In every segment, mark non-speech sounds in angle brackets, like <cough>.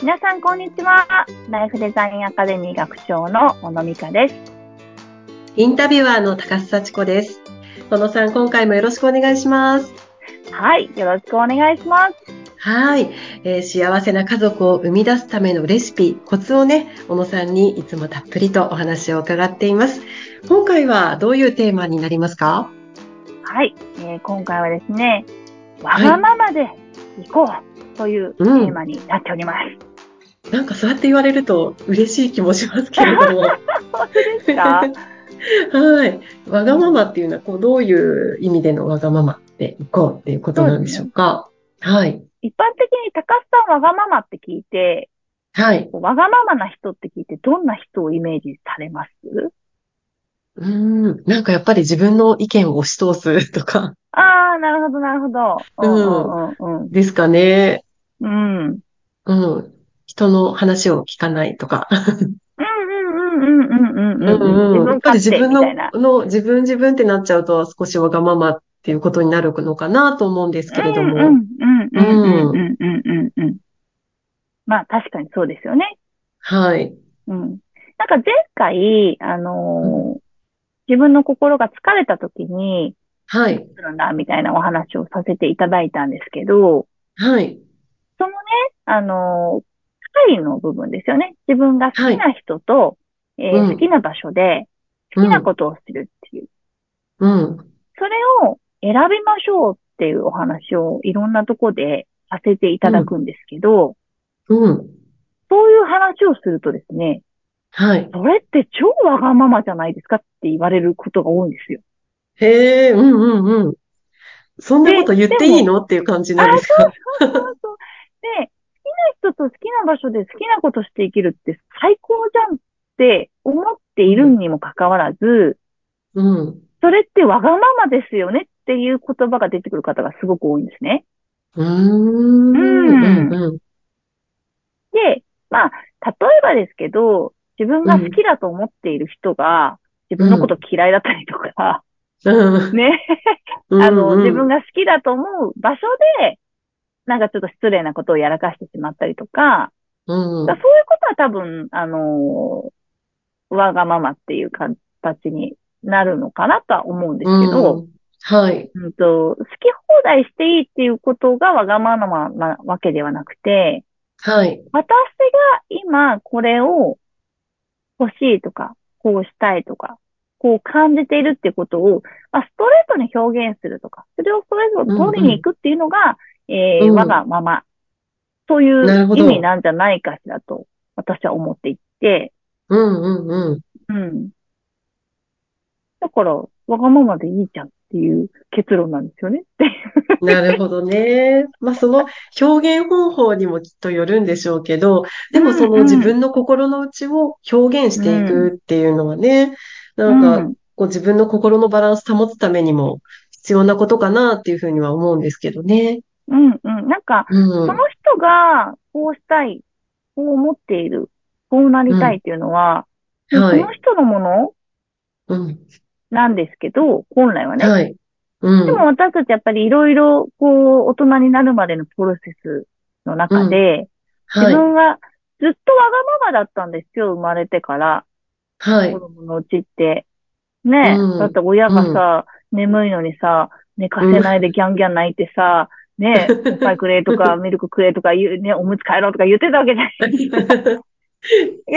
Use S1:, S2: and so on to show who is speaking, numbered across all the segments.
S1: 皆さん、こんにちは。ライフデザインアカデミー学長の小野美香です。
S2: インタビュアーの高須幸子です。小野さん、今回もよろしくお願いします。
S1: はい。よろしくお願いします。
S2: はい、えー幸せな家族を生み出すためのレシピ、コツをね、小野さんにいつもたっぷりとお話を伺っています。今回はどういうテーマになりますか
S1: はい。えー今回はですね、わがままで行こうというテーマになっております。
S2: なんかそうやって言われると嬉しい気もしますけれど <laughs> も。
S1: 本当ですか
S2: <laughs> はい。わがままっていうのは、こう、どういう意味でのわがままでいこうっていうことなんでしょうかはい。
S1: 一般的に高須さんわがままって聞いて、
S2: はい。
S1: わがままな人って聞いて、どんな人をイメージされます
S2: うーん。なんかやっぱり自分の意見を押し通すとか
S1: ああ、なるほど、なるほど。うん、うん、
S2: ですかね。
S1: うん。うん。
S2: うん。人の話を聞かないとか。
S1: うんうんうんうんうんうんうん。
S2: やっぱり自分
S1: み
S2: の
S1: たいな。、
S2: の、自分自分ってなっちゃうと少しわがままっていうことになるのかなと思うんですけれど
S1: うん
S2: も。
S1: うんうんうんうんうんうんうんうん。まあ確かにそうですよね。
S2: はい。
S1: うん。なんか前回、あのー自分の心が疲れた時に、
S2: はい。
S1: するんだ、みたいなお話をさせていただいたんですけど、
S2: はい。
S1: そのね、あのー、会の部分ですよね。自分が好きな人と、えー
S2: うん
S1: 好きな場所で、好きなことをするっていう。
S2: うん。
S1: それを選びましょうっていうお話をいろんなとこでさせていただくんですけど、
S2: うん。
S1: そういう話をするとですね、
S2: はい。
S1: それって超わがままじゃないですかって言われることが多いんですよ。
S2: へえ、うんうんうん。そんなこと言っていいのっていう感じなんですか。
S1: そうそうそう。で、好きな人と好きな場所で好きなことして生きるって最高じゃんって思っているにもかかわらず、
S2: うん。
S1: それってわがままですよねっていう言葉が出てくる方がすごく多いんですね。
S2: うーん。うんうん。
S1: で、まあ、例えばですけど、自分が好きだと思っている人が、自分のこと嫌いだったりとか、
S2: うん。
S1: ね、
S2: うん
S1: あの、
S2: うん
S1: 自分が好きだと思う場所で、なんかちょっと失礼なことをやらかしてしまったりとか、
S2: うん
S1: だからそういうことは多分、あのーわがままっていう形になるのかなとは思うんですけど、
S2: うんはい。
S1: うんと、好き放題していいっていうことがわがままなわけではなくて、
S2: はい。
S1: 私が今これを欲しいとか、こうしたいとか、こう感じているってことを、まあ、ストレートに表現するとか、それをストレートに取りに行くっていうのが、えー
S2: うん
S1: 我がままとい
S2: なる
S1: う
S2: ほ
S1: 意
S2: ど
S1: 味なんじゃないかしらと、私は思っていて、
S2: うんうんう
S1: う
S2: ん。
S1: ん。だから、わがままでいいじゃんっていう結論なんですよね。
S2: なるほどね。 <laughs> まあ、その表現方法にもきっとよるんでしょうけど、でもそ
S1: うんう
S2: の
S1: ん
S2: 自分の心の内を表現していくっていうのはね、なんか
S1: か、
S2: こう自分の心のバランス保つためにも必要なことかなっていうふうには思うんですけどね。
S1: うん、うん、うん。なんか、
S2: うん
S1: そ。の人がこうしたい、こう思っている、こうなりたいっていうのは、そ
S2: はい
S1: の。人のもの
S2: うん。
S1: なんですけど、本来はね。
S2: はい。うん。
S1: でも私たちやっぱりいろいろ、こう、大人になるまでのプロセスの中で、
S2: はい
S1: 自。分がずっとわがままだったんですよ、生まれてから、
S2: はい
S1: <laughs> 子。供のうちって。ねえ、
S2: うん
S1: だって親がさ、眠いのにさ、寝かせないでギャンギャン泣いてさ、ねえ、おっぱいくれと
S2: <laughs>
S1: か、ミルクくれとか言う、ね、おむつ変えろとか言ってたわけじゃないですか。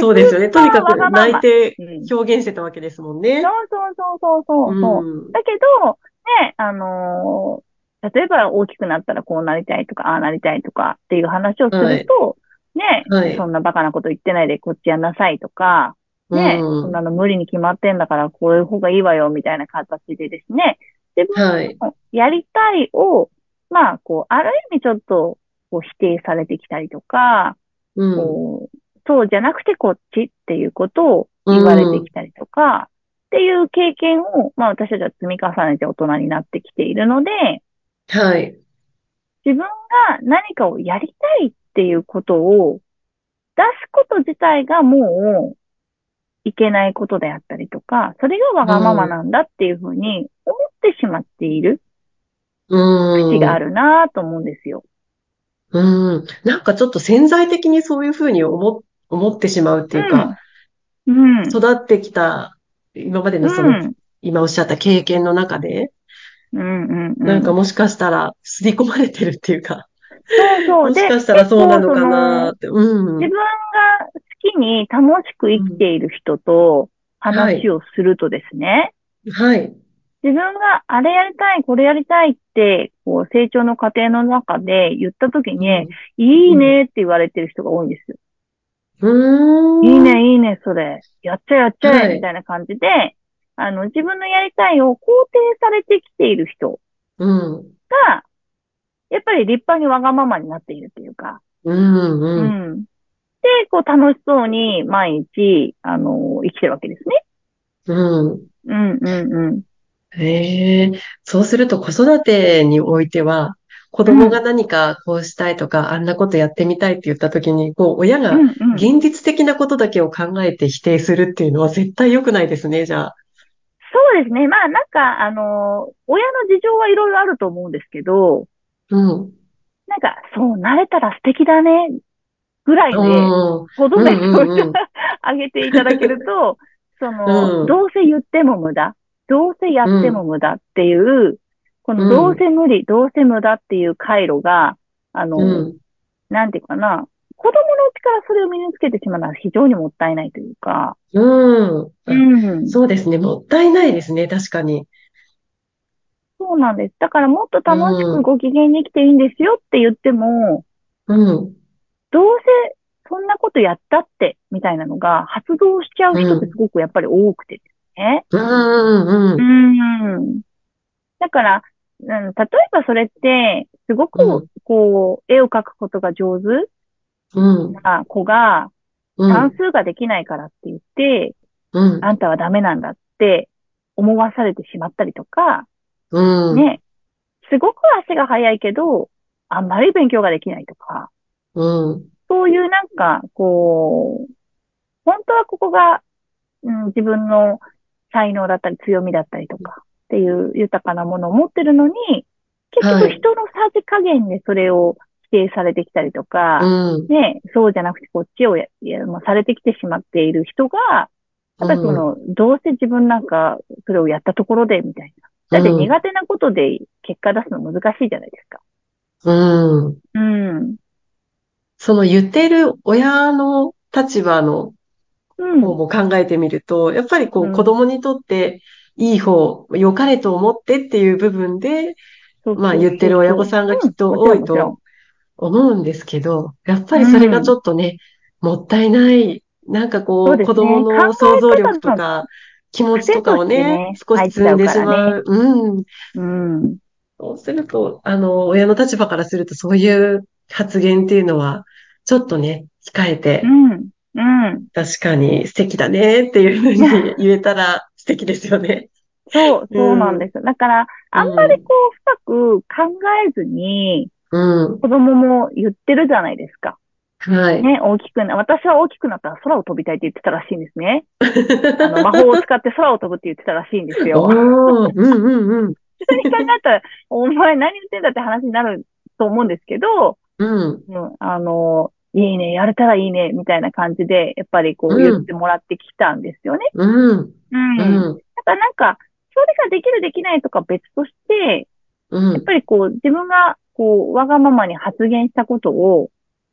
S2: そうですよね。とにかく泣いて
S1: うん
S2: 表現してたわけですもんね
S1: そう。そうそうそうそうそう。
S2: うん。
S1: だけど、ね、あのー例えば大きくなったらこうなりたいとか、ああなりたいとかっていう話をすると、ね、
S2: はい
S1: そんなバカなこと言ってないでこっちやんなさいとか、ね、
S2: うん
S1: そんなの無理に決まってんだからこういう方がいいわよみたいな形でですね、自
S2: はい
S1: 分のやりたいを、まあ、こう、ある意味ちょっと、こう否定されてきたりとか、
S2: うん。
S1: こうそうじゃなくてこっちっていうことを言われてきたりとか、っていう経験を、まあ私たちは積み重ねて大人になってきているので、
S2: はい。
S1: 自分が何かをやりたいっていうことを出すこと自体がもういけないことであったりとか、それがわがままなんだっていうふうに思ってしまっている
S2: うん。
S1: 気があるなぁと思うんですよ。
S2: うん。なんかちょっと潜在的にそういうふうに思っ、思ってしまうっていうか、
S1: うん。うん。
S2: 育ってきた、今までのその、今おっしゃった経験の中で、
S1: うんうんうん。
S2: なんかもしかしたら、刷り込まれてるっていうか、
S1: そうそう。
S2: も
S1: で
S2: し、かしたらそうなのかなって。うん。
S1: 自分が好きに楽しく生きている人と話をするとですね、
S2: はい。
S1: 自分があれやりたい、これやりたいって、こう、成長の過程の中で言った時に、いいねって言われてる人が多いんですよ。
S2: うん。
S1: いい。ね、いいね、それ。やっちゃえやっちゃ
S2: は
S1: え、
S2: い
S1: みたいな感じで、あの、自分のやりたいを肯定されてきている人
S2: うん。
S1: が、やっぱり立派にわがままになっているというか、
S2: うん。
S1: う
S2: うん。
S1: ん。で、こう、楽しそうに毎日、あの、生きてるわけですね。
S2: うん。
S1: うんうんうん。
S2: へえ、そうすると子育てにおいては、子供が何かこうしたいとか、あんなことやってみたいって言った時に、こう、親が
S1: うんうん、
S2: 現実的なことだけを考えて否定するっていうのは絶対良くないですね、じゃあ。
S1: そうですね。まあ、なんか、あの、親の事情はいろいろあると思うんですけど、
S2: うん。
S1: なんか、そう、慣れたら素敵だね、ぐらいで、
S2: うん。
S1: とどめて
S2: うんうんうん
S1: あげていただける
S2: <laughs>
S1: と、その、
S2: うん
S1: どうせ言っても無駄、どうせやっても無駄っていう、こ
S2: う
S1: の
S2: ん
S1: どうせ無理、どうせ無駄っていう回路が、あの、
S2: うん。
S1: なんていうかな、子供のうちからそれを身につけてしまうのは非常にもったいないというか、
S2: うん。
S1: うん、
S2: そうですね、もったいないですね、確かに。
S1: そうなんです。だからもっと楽しくご機嫌に生きていいんですよって言っても、
S2: うん。
S1: どうせそんなことやったって、みたいなのが発動しちゃう人ってすごくやっぱり多くてですね。
S2: うん。うん。
S1: うん。だから、うん、例えばそれって、すご
S2: うん
S1: く、こう、絵を描くことが上手
S2: うん。
S1: な子が、
S2: うん。
S1: 算数ができないからって言って、
S2: うん。
S1: あんたはダメなんだって思わされてしまったりとか、
S2: うん。
S1: ね、すごく足が速いけど、あんまり勉強ができないとか、
S2: うん。
S1: そういうなんか、こう、本当はここが、うん、自分の才能だったり強みだったりとかっていう豊かなものを持ってるのに、結
S2: は
S1: 局
S2: い
S1: 人のさじ加減でそれを否定されてきたりと
S2: う
S1: か、
S2: ん。
S1: ね、そうじゃなくてこっちをや、やもうされてきてしまっている人が、やっぱりその、どうせ自分なんかそれをやったところでみたいな。だって苦手なことで結果出すの難しいじゃないですか。
S2: うん。うん。
S1: うん。
S2: その言ってる親の立場の
S1: うん。
S2: 方も考えてみると、やっぱりこ
S1: う
S2: うん子供にとっていい方、良かれと思ってっていう部分で、
S1: そうそう
S2: まあ言ってる親御さんがきっと多いと。思うんですけど、やっぱりそれがちょっとね、もったいない。なんかこ
S1: そう
S2: う、
S1: ですね
S2: 子供の想像力とか気持ちとかをね、
S1: 癖と
S2: 少
S1: してね
S2: し積んでしまう。うん。
S1: うんうんうん
S2: そうすると、あの、親の立場からするとそういう発言っていうのは、ちょっとね、控えて、
S1: うん。うん。
S2: 確かに素敵だねってい
S1: <laughs>
S2: うふうに言えたら素敵ですよね。
S1: そう、そうなんです。だから、あんまりこう、深く考えずに、
S2: うん。
S1: 子供も言ってるじゃないですか。
S2: はい。
S1: ね、大きくな、私は大きくなったら空を飛びたいって言ってたらしいんですね。あの、魔法を使って空を飛ぶって言ってたらしいんですよ。
S2: おー、うんうんうん。
S1: 普通に考えたら、お前何言ってんだって話になると思うんですけど、
S2: うん。
S1: うん、あの、いいね、やれたらいいね、みたいな感じで、やっぱりこう
S2: うん
S1: 言ってもらってきたんですよね。
S2: うん。
S1: うん。
S2: う
S1: だ
S2: ん。
S1: からなんか、それができるできないとか別として、
S2: う
S1: や
S2: ん
S1: っ。ぱりこう自分がこうわがままに発言したことを、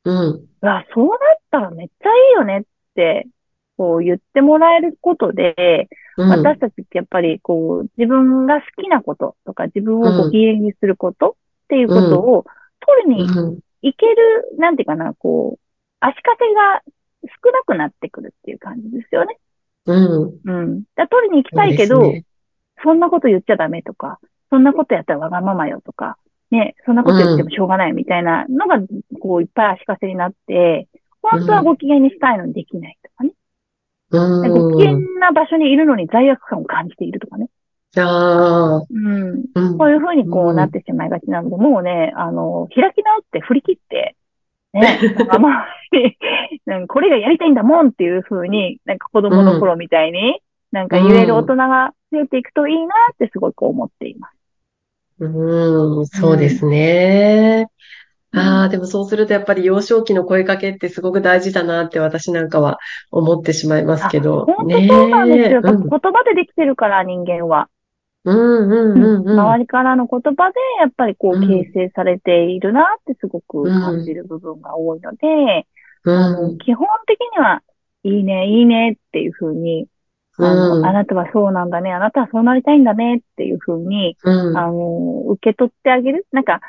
S2: うん。
S1: うわ、そうだったらめっちゃいいよねって、こう言ってもらえることで、
S2: うん。
S1: 私たちってやっぱりこう自分が好きなこととか自分をご機嫌にすることっていうことを取りに
S2: うん。
S1: いける、なんていうかな、こう、足かせが少なくなってくるっていう感じですよね。
S2: うん。
S1: うん。だから取りに行きたいけど、そ,、
S2: そうですね
S1: んなこと言っちゃダメとか、そんなことやったらわがままよとか、ね、そんなこと言ってもしょうがないみたいなのが、こう、いっぱい足かせになって、本当はご機嫌にしたいのにできないとかね。
S2: う
S1: ご機嫌
S2: ん。
S1: な場所にいるのに罪悪感を感じているとかね。
S2: ああ。
S1: うん。
S2: うん
S1: こういうふうにこ
S2: う
S1: うんなってしまいがちなので、もうね、あの、開き直って振り切って、
S2: <laughs>
S1: ね、なんかまあ、 <laughs> なんかこれがやりたいんだもんっていうふうに、なんか子供の頃みたいに、なんか言える大人が増えていくといいなってすごく思っています。
S2: うん。そうですね。ああ、でもそうするとやっぱり幼少期の声かけってすごく大事だなって私なんかは思ってしまいますけど。
S1: 本当そうなんですよ。
S2: ねえうん
S1: 言葉でできてるから、人間は。
S2: うんうんうんうん。
S1: 周りからの言葉で、やっぱりこ
S2: う
S1: う、
S2: ん
S1: 形成されているなってすごく感じる部分が多いので、あ
S2: う
S1: の
S2: ん
S1: 基本的には、いいね、いいねっていうふうに、あの
S2: うん
S1: あなたはそうなんだね、あなたはそうなりたいんだねっていうふうに、
S2: うん
S1: あの、受け取ってあげる。なんか、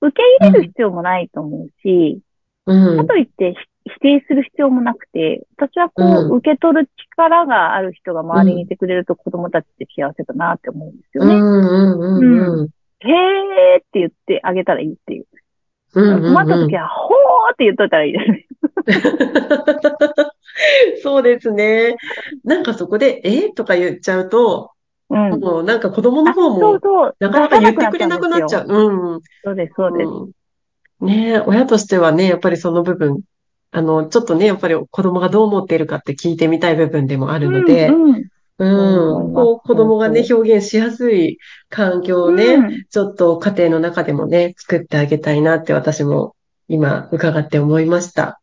S1: 受け入れる必要もないと思うし、
S2: うん
S1: かといってひ否定する必要もなくて、私はこう、
S2: うん
S1: 受け取る力がある人が周りにいてくれると子供たちって幸せだなって思うんですよ
S2: う
S1: ね。
S2: んうんうんう
S1: へ
S2: ん。
S1: ーって言ってあげたらいいっていう。
S2: うんうんうん
S1: 困った時は、ほーって言っといたらいいですね。
S2: そうですね。なんかそこで、えとか言っちゃうと、
S1: うん。
S2: もうなんか子供の
S1: あ、
S2: 方
S1: そう
S2: も
S1: そう。
S2: なかなか言ってくれなくなっちゃう。うん。
S1: そうです、そうです。
S2: うんねえ、親としてはね、やっぱりその部分、あの、ちょっとね、やっぱり子供がどう思っているかって聞いてみたい部分でもあるので、
S1: うんうん
S2: うん、
S1: うん
S2: こう子供がね、表現しやすい環境を
S1: う
S2: ね、
S1: ん
S2: ちょっと家庭の中でもね、作ってあげたいなって私も今伺って思い
S1: <laughs>
S2: ました。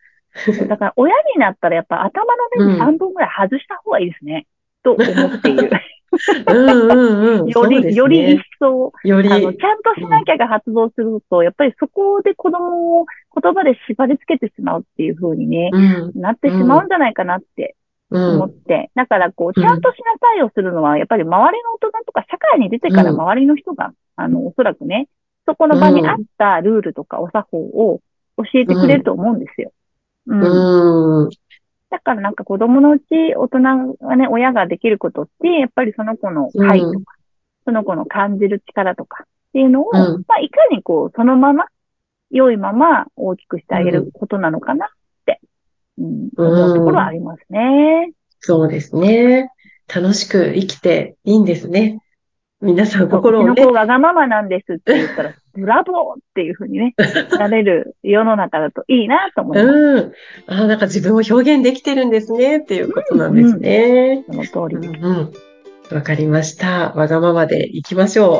S1: だから、親になったらやっぱ頭の面
S2: うん
S1: に3本ぐらい外した方がいいですね。と思ってい
S2: <laughs>
S1: る。
S2: うんうんうん。
S1: よ
S2: そうで
S1: り、
S2: すね
S1: より一層、
S2: より、
S1: あの、ちゃんとしなきゃが発動すると、やっぱりそこで子供を言葉で縛り付けてしまうっていう風にね、
S2: うん、
S1: なってしまうんじゃないかなって
S2: うん
S1: 思っ。て。だから、こう、
S2: うん
S1: ちゃんとしなさいをするのは、やっぱり周りの大人とか社会に出てから
S2: うん
S1: 周りの人が、あの、おそらくね、そこの場にあったルールとかお作法を教えてくれると思うんですよ。うん。
S2: うん、
S1: だからなんか子供のうち大人がね、親ができることって、やっぱりその子の愛とか、
S2: うん
S1: その子の感じる力とかっていうのを、
S2: うん
S1: まあいかにこう、そのまま、良いまま大きくしてあげ
S2: う
S1: る
S2: ん
S1: ことなのかなって、うん、
S2: うん
S1: 思うところはありますね。
S2: そうですね。楽しく生きていいんですね。皆さん心
S1: うち
S2: を
S1: の
S2: ね
S1: 子。わがままなんですって言ったら、ブラボーっていう風に
S2: <laughs>
S1: ね、なれる世の中だといいなと思います。
S2: うん。ああ、なんか自分を表現できてるんですねっていうことなんですね。
S1: その通り
S2: うん
S1: です。
S2: うん。わかりました。わがままでいきまし
S1: <laughs>
S2: ょう。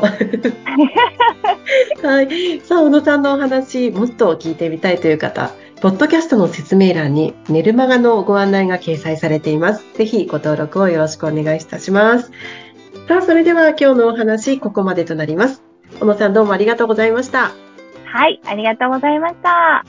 S2: はい。さあ、小野さんのお話、もっと聞いてみたいという方、ポッドキャストの説明欄に、寝る間がのご案内が掲載されています。ぜひご登録をよろしくお願いいたします。さあ、それでは今日のお話、ここまでとなります。小野さんどうもありがとうございました。
S1: はい、ありがとうございました。